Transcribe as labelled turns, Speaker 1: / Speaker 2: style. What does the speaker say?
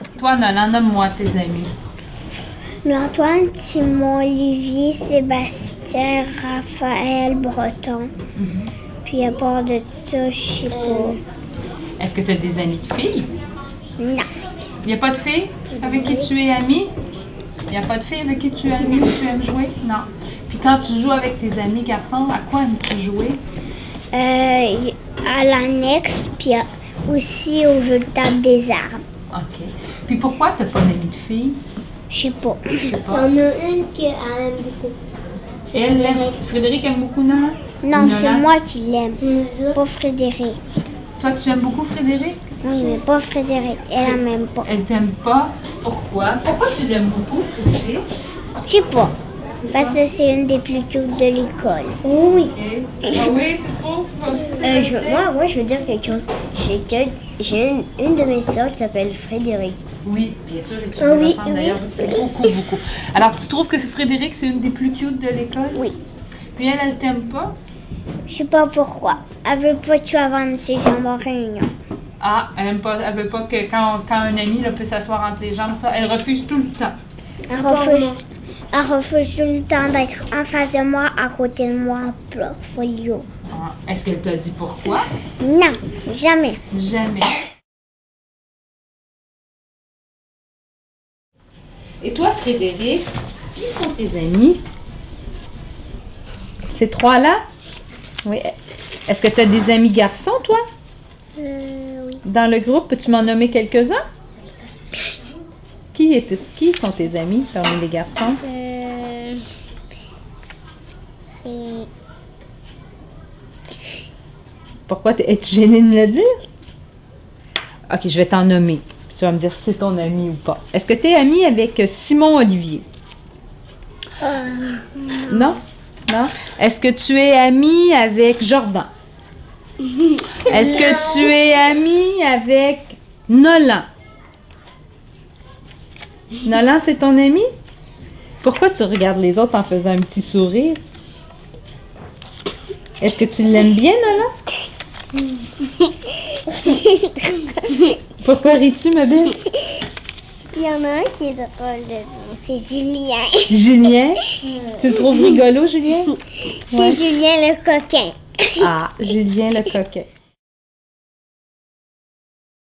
Speaker 1: Antoine, nomme-moi tes amis.
Speaker 2: Antoine, Timon, Olivier, Sébastien, Raphaël, Breton.
Speaker 1: Mhm.
Speaker 2: Puis à part de ça, je sais pas.
Speaker 1: Est-ce que tu as des amis de filles?
Speaker 2: Non.
Speaker 1: Il n'y a pas de filles avec qui tu es amie? Il n'y a pas de filles avec qui tu es amie, tu aimes jouer? Non. Puis quand tu joues avec tes amis garçons, à quoi aimes-tu jouer?
Speaker 2: Euh, y- à l'annexe, puis à- aussi au jeu de table des arbres.
Speaker 1: OK. Puis pourquoi tu n'as pas d'amis de filles?
Speaker 2: Je sais pas.
Speaker 1: Je sais pas.
Speaker 3: On a une qui aime beaucoup.
Speaker 1: Elle, l'aime- Frédéric aime beaucoup Nana?
Speaker 2: Non, c'est
Speaker 1: Nolan?
Speaker 2: moi qui l'aime.
Speaker 3: Nous
Speaker 1: Mhm.
Speaker 3: autres,
Speaker 2: Pas Frédéric.
Speaker 1: Toi, tu aimes beaucoup Frédéric?
Speaker 2: Oui, mais pas Frédéric. Elle en aime pas.
Speaker 1: Elle t'aime pas. Pourquoi? Pourquoi tu l'aimes beaucoup, Frédéric?
Speaker 2: Je sais pas. Parce que c'est une des plus cute de l'école.
Speaker 3: oui.
Speaker 1: Eh, Ah oui, tu trouves? Moi aussi,
Speaker 4: Euh, je,
Speaker 1: Sébastien?
Speaker 4: moi, moi, je veux dire quelque chose. J'ai quel- j'ai une, une de mes sœurs qui s'appelle Frédéric.
Speaker 1: Oui, bien sûr, et tu
Speaker 3: Ah
Speaker 1: me
Speaker 3: oui,
Speaker 1: ressembles
Speaker 3: oui,
Speaker 1: d'ailleurs beaucoup, beaucoup. Alors, tu trouves que Frédéric, c'est une des plus cute de l'école?
Speaker 2: Oui.
Speaker 1: Puis elle, elle t'aime pas?
Speaker 2: Je sais pas pourquoi. Elle veut pas que tu avances les jambes en réunion.
Speaker 1: Ah, elle aime pas, elle veut pas que quand, quand un ami là, peut s'asseoir entre les jambes, ça, elle refuse tout le temps.
Speaker 2: Elle refuse, elle refuse tout le temps d'être en face de moi, à côté de moi, en portfolio.
Speaker 1: Ah, Est-ce qu'elle t'a dit pourquoi?
Speaker 2: Non, jamais.
Speaker 1: Jamais. Et toi, Frédéric, qui sont tes amis? Ces trois-là? Oui. Est-ce que tu as des amis garçons, toi? oui. Dans le groupe, peux-tu m'en nommer quelques-uns? Qui, est, qui sont tes amis parmi les garçons?
Speaker 2: C'est
Speaker 1: Pourquoi t'es- es-tu gênée de me le dire? Ok, je vais t'en nommer. Puis tu vas me dire si c'est ton ami ou pas. Est-ce que tu es amie avec euh, Simon Olivier? non? Non? Est-ce que tu es amie avec Jordan? Est-ce que tu es amie avec Nolan? Nolan, c'est ton ami? Pourquoi tu regardes les autres en faisant un petit sourire? Est-ce que tu l'aimes bien, Nolan? Pourquoi ris-tu, ma belle?
Speaker 2: Il y en a un qui est drôle de nom, c'est Julien.
Speaker 1: Julien? Tu le trouves rigolo, Julien?
Speaker 2: C'est Julien le coquin.
Speaker 1: Ah, Julien le coquet.